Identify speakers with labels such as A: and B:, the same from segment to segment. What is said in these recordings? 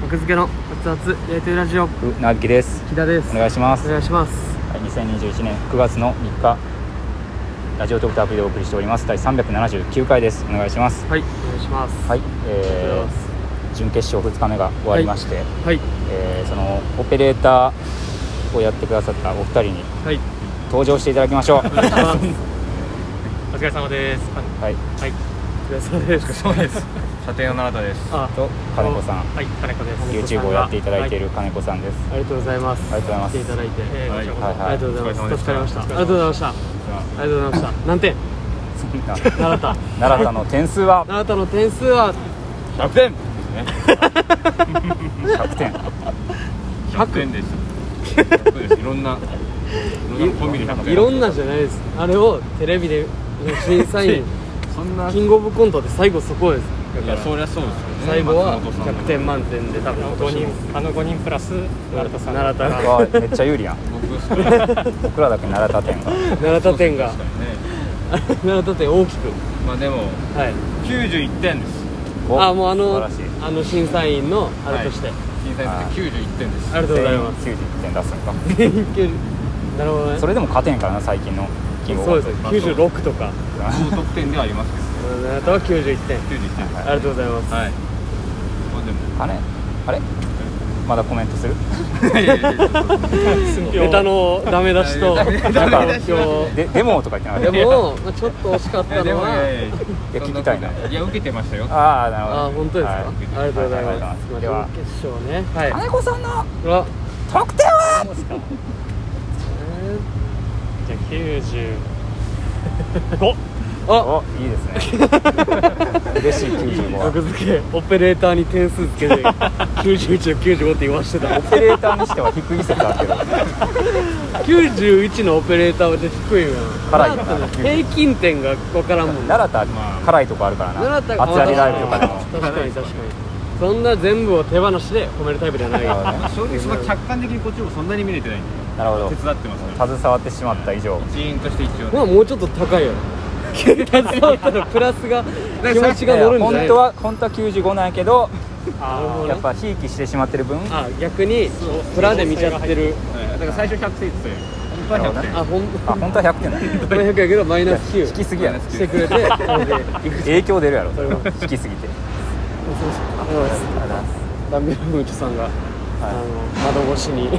A: 格付けの熱々冷凍ラジオ
B: うなぎです
A: 木田です
B: お願いします
A: お願いします
B: はい、2021年9月の3日ラジオトークとアプリでお送りしております第379回ですお願いします
A: はいお願いします
B: はい、
A: ありがと
B: え
A: うございます
B: ー、準決勝2日目が終わりまして、
A: はい
B: えーそのオペレーターをやってくださったお二人に
A: はい
B: 登場していただきましょう
A: お願いします
C: お疲れ様です。は
B: はい
A: お疲れ様です
C: そうです。査定の奈良田です。
A: あ
B: と金子さん
C: はい、金子です。
A: 金子さん
B: YouTube
A: が
B: をやっていただいている金子さんです、
A: ありがとうございます
B: ありがとうございま
A: 来
B: す
A: ていただいて、
C: えーこちらこそ
B: はい
A: ありがとうござい
C: お疲
A: ま
C: れ様です
A: 助
C: した
A: かりましたあ
C: お疲
A: り
C: れ様
A: がとうございましたありがとうございました何点
B: そんな
A: 奈良 田
B: 奈良田の点数は
A: 奈良田の点数は
C: 100点。
B: 100点
C: 100点です。100点です。いろんな。いろんなコンビニ100点。
A: いろんなじゃないですあれをテレビで審査 員
C: そんな。
A: キ
C: い
A: ングオブコントで最後そこです
C: や、そりゃそうですよね。
A: 最後は
C: 松本さんの
A: 100。点満点で多分今年も
D: あの5人プラス奈良田さん
A: 奈良田
B: わあめっちゃ有利やん
C: 僕ですから。
B: 僕らだけ奈良田点が
A: 奈良田 店が
C: 確かにね。
A: 奈良田店大きく
C: まあ、でも。
A: はい
C: 91点です。
B: お
A: あもうあ
B: 素晴
A: の
B: らしい
A: あの審査員のあれとして、
C: 審査員として91点です。
A: ありがとうございます
B: 全員91点出すのか
A: なるほどね
B: それでも勝てんからな最近の企業
A: そうですね
C: まあそう
A: 96とか
C: 高得点ではありますけど。
A: 奈良田は91点
C: 91点。
A: ありがとうございます、
C: はい。まあ、でも。
B: あれあれまだコメントする
A: ネタのダメ出しと
C: ダメ出し
A: なんか
B: ダメ出
C: し
A: 今
B: でデモとか言ってな
A: 日
B: かった
A: でも、まあ、ちょっと惜しかったのは、
B: いや聞きたいない
C: や受けてましたよ
B: ああなるほど
A: あ本当ですか、
B: は
A: ありがとうございます、
B: はで
A: ま
B: は
A: あ、準決勝ねはい
B: 金子さんの
A: うわ
B: 得点は
D: じゃあ
A: あ
B: おいいですね嬉しい95は
A: 格付けオペレーターに点数つけ て91を95って言わしてた
B: オペレーターにしては低い説あるけど
A: 91のオペレーターは絶対低いよな
B: 辛いよな
A: 奈良田の平均点が分からんもんな
B: 奈良田辛いとこあるからな
A: 奈良田が
B: 熱ありライブとかでも
A: 確かに確かにそんな全部を手放しで褒めるタイプじゃない
B: なるほどね
C: 正直その客観的にこっちもそんなに見れてないんで
B: なるほど
C: 手伝ってますから
B: 携わってしまった以上
C: 一員として一応ね
A: まあもうちょっと高いよ携帯触ったらプラスが気持ちが乗るんじゃない
B: 本当は本当は95なんやけど
A: なるほど
B: やっ
A: ね
B: ぱひいきしてしまってる分
A: あ逆にプラで見ちゃってる
C: はいだから最初100点って言ってたよ本当は100点
B: な
A: あほん
B: あ本当は100点だね
A: 700やけどマイナス
B: 引
A: 9
B: きすぎやろ
A: してくれてそれでいく
B: 影響出るやろ
A: それは
B: 引きすぎて
A: ダンベルムーチョさんが、あの窓越しに
B: は
A: 通
B: い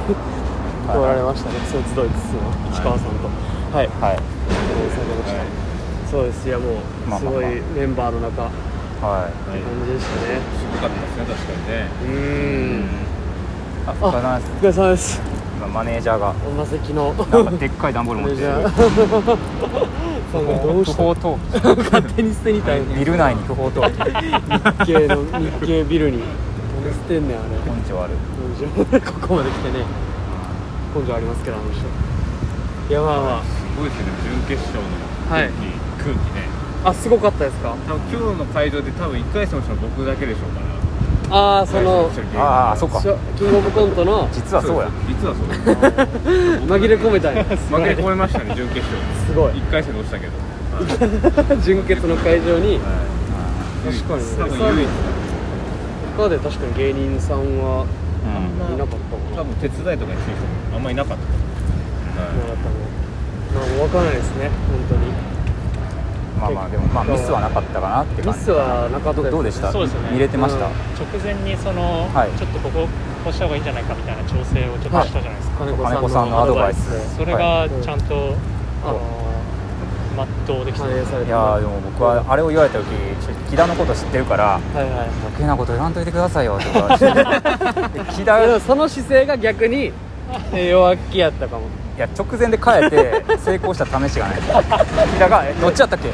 A: られましたね、スーツドイツの市川さんと、はい、
B: はい
A: おされました、そうです、いやも
B: ま
A: う、
B: あ
A: す
B: まあまあ
A: ごいメンバーの中、
B: はい
A: 感じでしたね。
C: すごかったですね確かにね
A: うーん、
B: あお疲
A: お疲
B: れ様です
A: れ様です、
B: 今マネージャ ーが
A: まさきの、
B: なんかでっかい段ボール持って
A: じゃ
B: る
A: あ、さんがどう
B: 不
A: したの
B: 法投棄
A: 勝手に捨てにたい、
B: ビル内に不法投棄
A: 日系の日系ビルに、何捨てんねん、あれ。
B: 根性ある
A: 根性 ここまで来てね根性ありますけどあの人いやまあます
C: ごいですね準決勝の
A: は
C: 空
A: い
C: 気空気ね
A: ああすごかったですか
C: 多分今日の会場で多分1回戦落ちたの僕だけでしょうから
A: ああその
B: ああそ
C: っ
B: うか
A: しょキングオブコント の
B: 実はそうや
C: 実はそうです
A: 紛れ込めたんや
C: 負け込めましたね準決勝
A: すごい
C: 1回戦で落ちたけど
A: 純潔の会場に
C: 確
A: かに
C: 多分唯一
A: 他で確かに芸人さんは
B: うん
A: いなかったもんな
C: 多分手伝いとかにしてる人もあんまりいなかった
A: なかったもんまあ分からないですね本当に
B: まあまあでもまあミスはなかったかなって感
A: ミ
B: じ
A: スはなかった
B: ど
A: です
B: どうでした
D: そうですよね
B: 見れてました
A: うん
D: 直前にその、
B: はい
D: ちょっとこここうした方がいいんじゃないかみたいな調整をちょっとしたじゃないですか、
A: 金
B: 金
A: 子
B: 子
A: さ
B: さ
A: ん
B: ん
A: の
B: の
A: ア
B: ア
A: ド
B: ド
A: バ
B: バ
A: イ
B: イ
A: ス
B: ス
A: で
D: それが
A: はい
D: ちゃんと、
A: あ
D: あの全うできた
A: 反映されて
B: いやーでも僕はあれを言われた時ちょっと木田のこと知ってるから
A: はいはい
B: 余計なこと言わんといてくださいよと か 木田
A: でもその姿勢が逆 にえー弱気やったかも
B: いや直前で変えて 成功した試しがない木田がえ「どっちやったっけ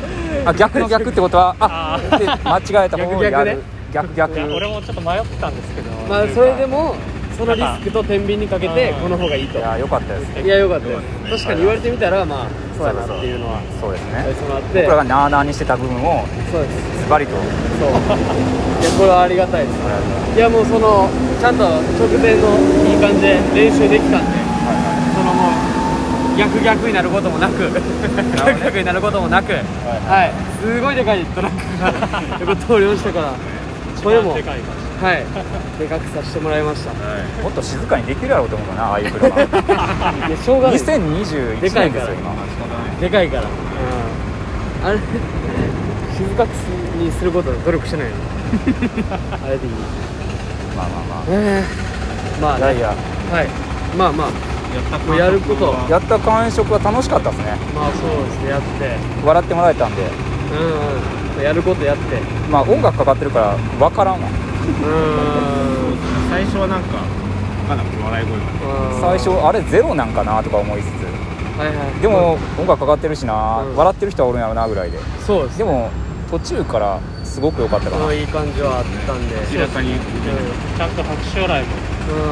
B: あ逆の逆ってことはあで間違えた方をやる逆逆
D: いや俺もちょっと迷ったんですけど、
A: まあそれでもそのリスクと天秤にかけて
D: う
A: こ
D: ん
A: の方がいいと
B: いや
A: い
B: 良かったです
A: やよかったです確かに言われてみたらまあそうやなっていうのは
B: そうです
A: やら
B: ね
A: せてもらって
B: 僕らがなあなあにしてた部分を
A: そうです
B: ズバリと
A: そういやこれはありがたいですいやもうそのちゃんと直前のいい感じで練習できたんでそのもう逆逆になることもなく逆逆になることもなくはいすごいでかいトラックが横通りましたからこれも
D: 一番でかい感じ
A: はいでかくさせてもらいました
C: は
B: もっと静かにできるやろうと思うかなああいう車
A: いやしょうがない
B: 2021
A: でかい
B: 年
A: か
B: で
A: ら
B: すよ今
A: でかいから、あれ静かくすにすることは努力してない のあれでいい
B: まあまあま
A: ええまあ
B: あい
A: ね
B: やいや
A: はいまあまあ
C: いやった
A: もうやること
C: は
B: やった感触は楽しかったですね
A: まあそうですねやって
B: 笑ってもらえたんで
A: うん、うん、やることやってう
B: まあ音楽かかってるから分からんわ
A: ん
C: 最初はなんかかなり笑い声
B: 最
C: が
B: 初あれゼロなんかなとか思いつ
A: はいはい
B: つでも音楽かかってるしな、
A: うん
B: 笑ってる人はおるんやろなぐらいで
A: そうです
B: で
A: ね
B: も途中からすごく良かったかな、
A: うんいい感じはあったんで
C: 明らかに
D: ちゃんと拍手笑いも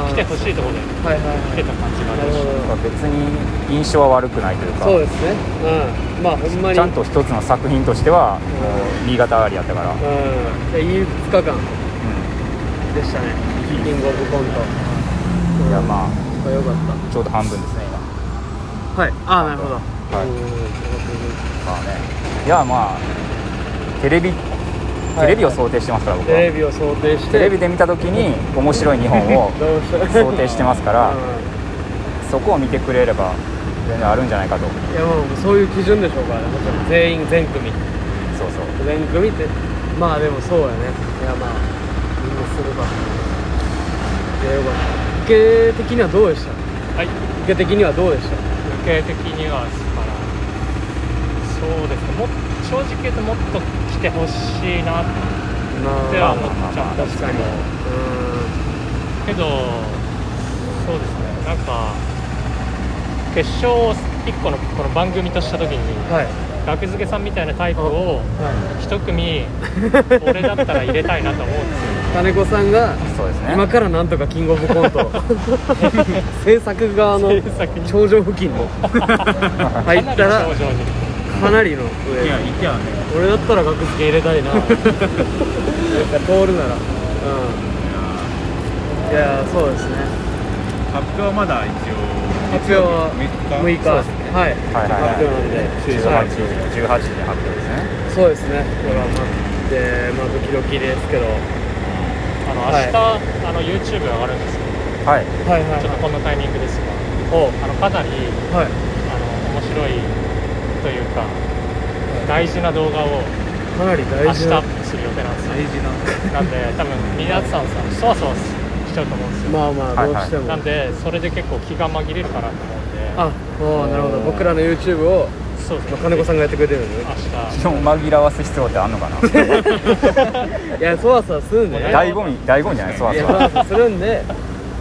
A: 来
D: 来てほしいところ
A: は
D: で
A: いはい
D: 来
A: は
D: て
A: い
D: た感じがあ
A: な
D: る
A: る
D: し
A: ほど
B: なんか別に印象は悪くないというか
A: そうですねうんまあほんまに
B: ちゃんと一つの作品としては
A: う
B: 新潟上がりやったから、
A: うんでいい2日間
B: う
A: でしたねキングオブコント
B: んいやまあ
A: あよかっ
B: ちょうど半分ですね今
A: たはいああなるほど
B: はい
A: うんよか
B: まあねいやまあテレビ
A: い
B: テレビを想定してますから
A: った
B: 僕は
A: テレビを想定して
B: テレビで見た時に面白い日本 を
A: どうした
B: 想定してますか
A: う
B: ら
A: ん
B: そこを見てくれれば全然あるんじゃないか
A: い
B: と
A: やもうそういう基準でしょうからねもちろん全員全組
B: そうそう
A: 全組ってまあでもそうやねいやまあみんなするかいやよかった受け的にはどうでした
D: はい
A: 受け的にはどうでした
D: 受け的にはですからそうですねもっ正直言うともっと来てほしいなって
A: ま
D: は
A: あ
D: 思っちゃうんで
A: 確
D: すけ
A: か
D: ど
A: にう
D: けどそうですねなんか決勝を1個のこの番組とした時
A: ん
D: に
A: はい
D: 学付けさんみたいなタイプを
A: は
D: 一組俺だったら入れたいなと思うんですよ
A: い金子さんが
B: そうですね
A: 今からなんとかキングオブコントを制作側の
D: 制作に
A: 頂上付近の入っ
D: かなり
A: たら
D: 頂上に
A: かなりの
C: いや
A: 上
C: いやね
A: 俺だったら学付け入れたいなやっぱ通るならうんいやそうですね
C: 発表はまだ一応
A: 発表は
C: 6
A: 6日
C: 日そうですね
A: はい
B: はいはい
A: 発表なんで、
B: 18
A: はい
B: 時18時に発表ですね
A: そうですねこれはまあでまあドキドキですけどは
D: あの明日、あの YouTube 上がるんですけど
B: はい
A: いはい
D: ちょっとこのタイミングですが
A: お
D: あのかなり
A: はい
D: あの面白いというか大事な動画を
A: かなり大
D: 明
A: 事
D: 日ア
A: な
D: ップする予定なんですよ
A: 大事な
D: なんで多分皆さんさそわそわしちゃうと思うんですよ、
A: まあまあどうしても、
D: なんでそれで結構気が紛れるかなと思う
A: あお
D: んで
A: ーなるほど僕らの YouTube を、
D: そうです
A: まあ、金
D: ね
A: 子さんがやってくれてるんで
D: 明
A: ね
B: 基本紛らわす必要ってあんのかな
A: いやそわそわするんでね
B: 醍醐味醍醐味じゃないそわ
A: い
B: そ
A: やそ
B: わ
A: わそわするんで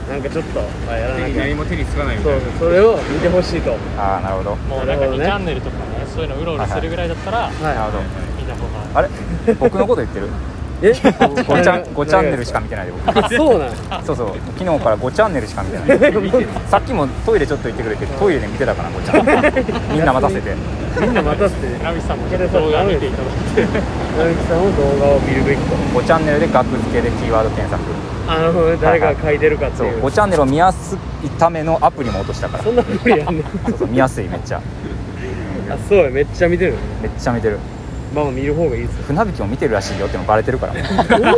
A: なんかちょっと、まあ、やらな
C: 手に
A: きゃ
C: 何も手につかないみ
A: そ
C: た
A: う
C: いな
A: それを見てほしいとは
B: ああなるほど
D: 日もうなん
A: な
D: か
A: るほど
D: 2
A: ね
D: チャンネルとかねそういうのうろうろするぐらいだったら
B: なるほど
D: 見た方が
B: あれ僕のこと言ってる
A: いえ
B: 5, チャン5チャ ンネルしか見てないで僕
A: あそうなん
B: そうそう昨日から5チャンネルしか見てないさっきもトイレちょっと行ってくれてトイレで見てたからこっちゃんみんな待たせて
A: みんな待たせて
D: ナビさんもちょっと動画見ていただい
A: 直
D: て
A: 木さんを動画を見るべきと
B: 5チャンネルで額付けでキーワード検索
A: あの 誰が書いてるかって
B: そう
A: いう、
B: 5チャンネルを見やすいためのアプリも落としたから
A: そんな無理やん ね
B: そうそう見やすいめっちゃ
A: あそうやめっちゃ見てるの
B: めっちゃ見てる
A: まあ見る方がいい ですよ
B: 船引きも見てるらしいよってのバレてるからもうい
A: どうど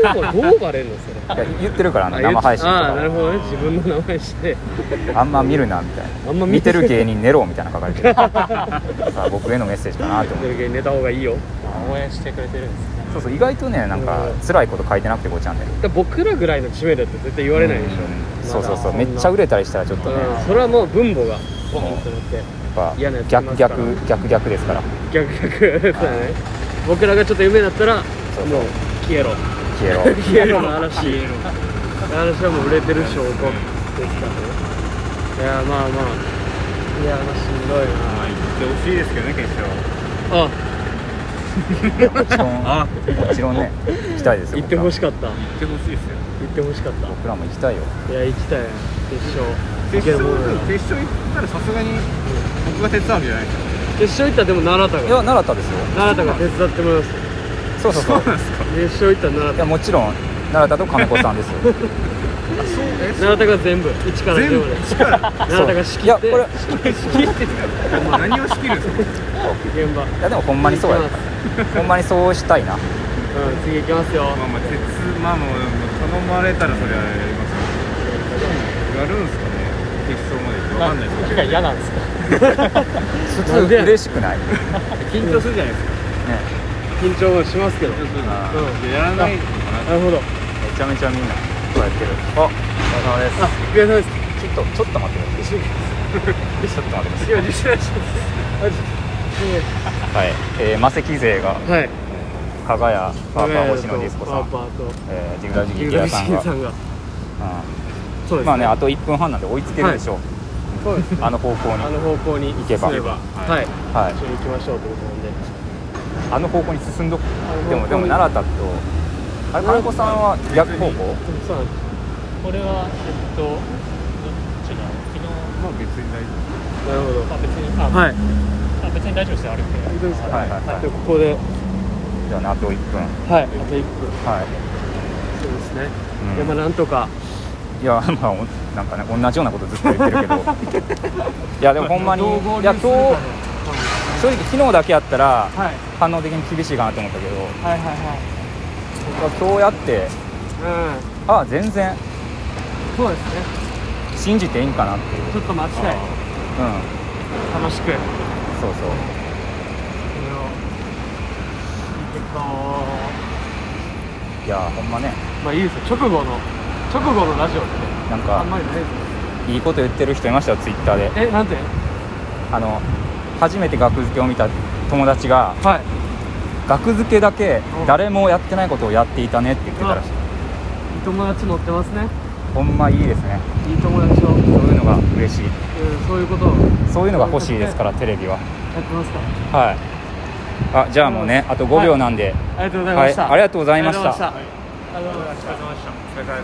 A: うバレんのそれ
B: や言ってるからあの生配信と
A: ああなる
B: か
A: ほどね自分の名前して
B: あんま見るなみたい
A: あんま
B: な
A: 見
B: 見
A: て
B: て
A: る
B: る芸人寝ろみたいなの書か れてるあ僕へのメッセージかなと思って
A: 寝た方がいいよ
D: 応援してくれてるんですね
B: そうそう意外とねなんか辛いこと書いてなくて5チャンネル
A: だから僕らぐらいの知名度って絶対言われないでしょ、
B: うんそうそうそうめっちゃ売
A: れ
B: れたりしたらちょっとねやっ
A: それはもう分母がボンってなって
B: ぱ
A: 嫌なやついま
B: 逆
A: すから
B: 逆逆逆ですから
A: 逆逆そうだね僕らがちょっと夢だったらもう
B: そうそう
A: 消えろ
B: 消えろ
A: 消えろの嵐嵐はもう売れてる証拠ですからねいやまあまあいやまあしんどいな
C: まあ言ってほしいですけどね決勝
A: あ
B: もちろん
C: あ
B: もちろんね行きたいですよ
A: 行ってほしかった行
C: 言ってほしいですよ
A: ってほしかっ
B: 僕らも僕らも行きたいよ
A: たいや行きたい決勝
C: 決
A: 行ける
C: 勝
A: もんなら
C: 決勝行ったらさすがに僕が手伝うわけじゃないですよ
A: 決勝行ったらでも奈良田
B: い
A: が
B: や奈良田ですよ
A: 奈良田が手伝ってもらいます
B: そうそうそう
C: なんですか
A: 決勝行ったら奈
B: い
A: 良
B: やもちろん奈良田と金子さんですよ
C: そう
A: 田
C: え
A: 奈良田が全部一から
C: 全
A: 全
C: 部
A: 部で
C: 一から
A: 奈良田が仕
B: い
A: 切
B: や
A: っ
B: こ
A: て
B: れ
C: 仕切ってんだよもう何を仕切るんですか
A: 現場
B: いやでもほんまにそう
A: 行
B: や
A: きま
B: ほんまにそうしたいな
A: すうん、次行きますよ。
C: まあまあ鉄まあもう頼まれたらそれはやりますよやるんすかね決勝まで分かんないですけど
D: 何が嫌なんですか
B: 普通嬉し くないね
C: 緊張するじゃないですか
A: 緊張もしますけど。
C: 緊張するな、でやらないのか
A: な
C: な
A: るほど。
B: めちゃめちゃみんなこうやってるあお疲れ様です
A: あ、お疲れ様です。
B: ちょっとちょっと待ってくださいちょっと待っ
A: いや、実際
B: てください
A: し
B: はい、えー、マセキ勢が
A: はい。
B: 加賀屋パーパー星野ディスコさん
A: パーパーと。
B: えー、ジグラジギ
A: ギ
B: ギ
A: ガ
B: ラ
A: ビ
B: さ
A: シ
B: んが
A: ンさんが。そうで
B: うん、
A: す。
B: まあねあと1分半なんで追いつけるでしょう、
A: そうです。
B: あの方向に
A: あの方向に
B: 行けば
A: すれば。はい。
B: はい
A: 一緒に行きましょうということなんで。
B: あの方向に進んどく
A: の方向に
B: でもでも奈良田とあれ金子さんは逆方向
A: そうなんです。
D: これはえっとどっちだ昨日
C: まあ別に大丈夫
A: なるほど。
D: あ別にあ、
A: はい。
D: あ別に大丈夫ですよ歩いて
A: 大丈夫ですか
B: はいはいはい
A: で、ここで。
B: じゃあねあと1分
A: はい。あと1分。
B: はい、
A: そうですね。
B: うん
A: いや、まあ、なんとか。
B: いや まあおなんかね同じようなことずっと言って るけどいやでもほんまにい
A: どう合流
B: や今日
A: するかの
B: 正直昨日だけやったら
A: はい。
B: 反応的に厳しいかなと思ったけど
A: はいはいはい。
B: 今日やって
A: う
B: ああ全然
A: ん。そうですね。
B: 信じていいんかなっていう
A: ちょっと待ちたい。
B: うん
A: 楽しく。
B: そうそう
A: それを。いい結果を。
B: いやほんまね
A: まあいいですよ、直後の、直後のラジオでね、
B: なん
A: あ
B: か
A: んまりないです
B: いいこと言ってる人いましたよツイッターで
A: よ。え、なんて
B: あの初めて額付けを見た友達が
A: はい。
B: 額付けだけ
A: うん
B: 誰もやってないことをやっていたねって言ってたらし
A: い
B: い
A: い友達乗ってますね。
B: ほんまいいですね
A: いい友達を、うん
B: そういうのが嬉しい
A: そういうことをや
B: そういうのが欲しいですからテレビは
A: ってますか。
B: はいあじゃあもうねあと5秒なんで、
A: ありがとうござい
B: は
A: ま
B: い
A: した。
B: ありがとうございまし
A: ありがとうございま
B: た
A: した。
D: ありがとうございまし
C: お
D: た
C: 疲れ様でした